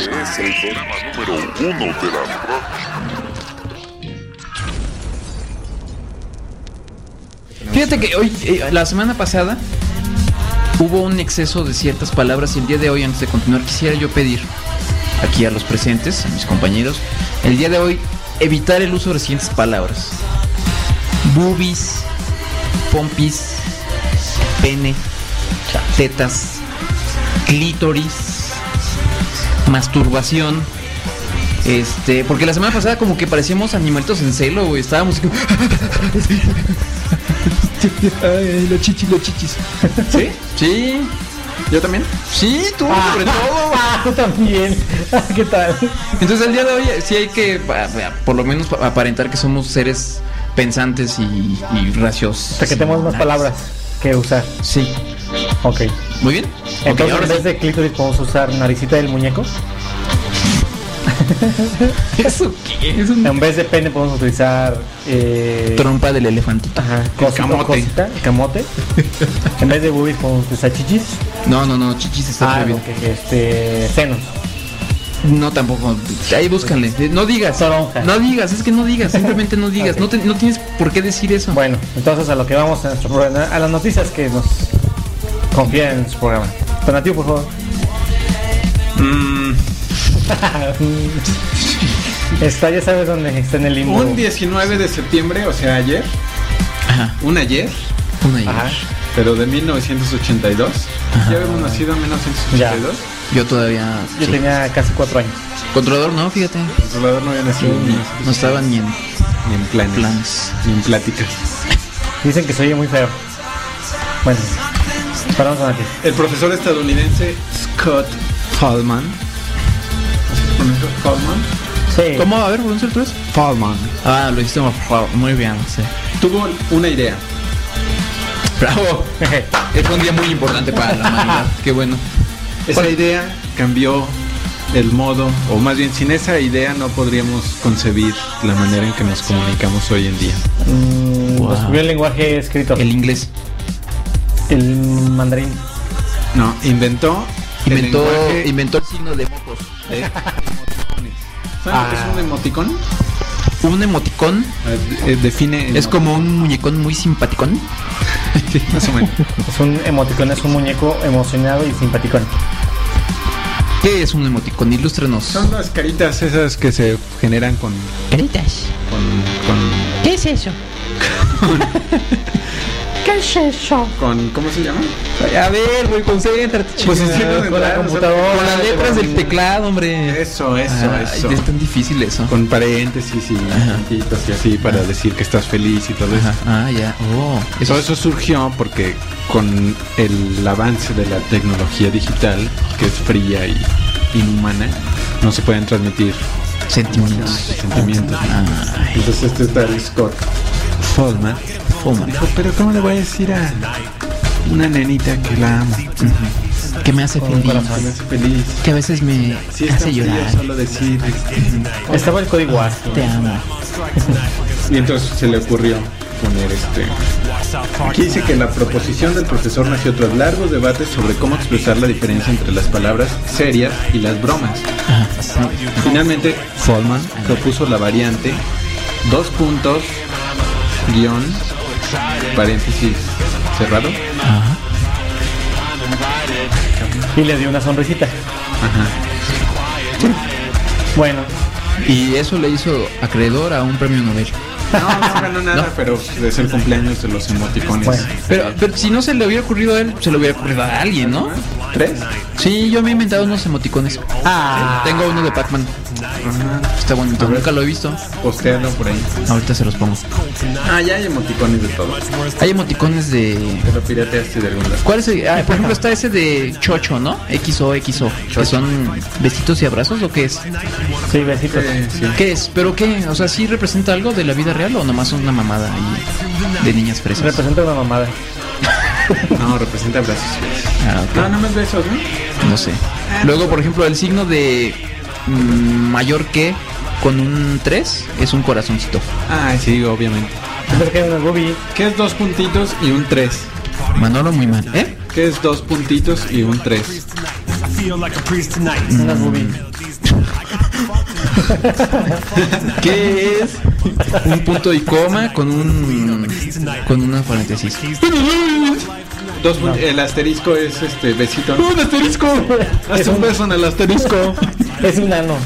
Este es el programa número uno de la radio. Fíjate que hoy, eh, la semana pasada, hubo un exceso de ciertas palabras y el día de hoy, antes de continuar, quisiera yo pedir aquí a los presentes, a mis compañeros, el día de hoy, evitar el uso de ciertas palabras. Boobies, pompis, pene, tetas, clítoris, masturbación. Este, porque la semana pasada como que parecíamos animalitos en celo, güey, estábamos así como, Ay, los chichis, los chichis. ¿Sí? Sí. ¿Yo también? Sí, tú, sobre todo. Tú también. Ah, ¿Qué tal? Entonces, el día de hoy sí hay que, pa- pa- por lo menos, pa- aparentar que somos seres pensantes y, y raciosos. Hasta que tenemos más palabras que usar. Sí. Ok. Muy bien. Ok, Entonces, ahora en sí. vez de clítoris, podemos usar naricita del muñeco. ¿Eso qué? Es un... En vez de pene, podemos utilizar. Eh, Trompa del elefantito. Ajá, cosita, camote. cosita, camote. en vez de boobies, podemos utilizar chichis. No, no, no, chichis está Ah, prohibido. ok, este. Senos. No, tampoco. Ahí búscanle. No digas. Toronja. No digas, es que no digas. Simplemente no digas. Ok. No, te- no tienes por qué decir eso. Bueno, entonces a lo que vamos a nuestro programa. A las noticias que nos confían en nuestro programa. Donativo, por favor. Mm, Está, ya sabes dónde está en el limbo. un 19 de septiembre, o sea, ayer, Ajá. un ayer, Una y Ajá. pero de 1982. Ya habíamos nacido en 1982. Yo todavía. Yo sí. tenía casi cuatro años. Controlador, no, fíjate. El soldador no había nacido en No estaba ni en 1982, ni en planes, planes. ni en pláticas. Dicen que se oye muy feo. Bueno, paramos con aquí. El profesor estadounidense Scott Fallman. ¿Así se pronuncia? Fallman. Sí. ¿Cómo? A ver, ¿pueden ser tres? Fallman. Ah, lo hicimos muy bien, sí. Tuvo una idea. Bravo. Jeje. Es un día muy importante para la humanidad. Qué bueno. Esa idea cambió el modo, o más bien sin esa idea no podríamos concebir la manera en que nos comunicamos hoy en día. Mm, Wow. Descubrió el lenguaje escrito. El El, inglés. mandarín. No, inventó el Inventó, lenguaje inventó el signo de mocos. de emoticones. ¿Saben lo que es un emoticón? Un emoticón Eh, define es como un muñecón muy simpaticón. Sí, más o menos. Es un emoticón, es un muñeco emocionado y simpaticón. ¿Qué es un emoticón? Ilústrenos. Son las caritas esas que se generan con Caritas, con con, ¿qué es eso? ¿Qué es eso? con- ¿cómo se llama? A ver, güey, concéntrate. Pues es con Posición la central, o sea, computadora. con las letras del con- teclado, hombre. Eso, eso, Ay, eso. Es tan difícil eso. Con paréntesis y Ajá. puntitos y así para decir que estás feliz y todo eso. Ajá. Ah, ya. Oh, Todo eso surgió porque con el avance de la tecnología digital, que es fría y inhumana, no se pueden transmitir sentimientos. sentimientos. Ay, Entonces este tal Scott Fallman fuma. dijo, pero ¿cómo le voy a decir a una nenita que la amo? Que me hace Con un feliz. corazón. Me hace feliz. Que a veces me Si es hace tan frío llorar. solo decir este, Estaba el código A. Te amo. Y entonces se le ocurrió poner este. Aquí dice que la proposición del profesor nació tras largos debates sobre cómo expresar la diferencia entre las palabras serias y las bromas. Finalmente, Fallman propuso la variante dos puntos guión paréntesis cerrado. Ajá. Y le dio una sonrisita. Ajá. Bueno, Y eso le hizo acreedor a un premio Nobel. No, no ganó nada, No. pero es el cumpleaños de los emoticones. Bueno. Pero, pero si no se le hubiera ocurrido a él, se le hubiera ocurrido a alguien, ¿no? ¿Tres? Sí, yo me he inventado unos emoticones. Ah. Tengo uno de Pac-Man. Está bonito. Nunca lo he visto. Posteando por ahí. Ahorita se los pongo. Ah, ya hay emoticones de todo. Hay emoticones de. Te lo pirateaste de algún lado. ¿Cuál es el- ah, por ejemplo, está ese de Chocho, ¿no? XOXO. Que son besitos y abrazos, ¿o qué es? sí, besitos. Eh, sí. ¿Qué es? ¿Pero qué? O sea, ¿sí representa algo de la vida real o nomás una mamada ahí de niñas fresas? Representa una mamada. No, representa brazos. Ah, No, ok. nada más besos, ¿no? No sé. Luego, por ejemplo, el signo de mm, mayor que con un 3 es un corazoncito. Ah, sí, obviamente. Pensé que era una Ruby. ¿Qué es dos puntitos y un 3? Manolo muy mal. ¿Eh? ¿Qué es dos puntitos y un 3? Una Ruby. ¿Qué es un punto y coma con un con una paréntesis? Dos pun- El asterisco es este besito. ¡Un asterisco! Haz un beso en el asterisco. Es un ano.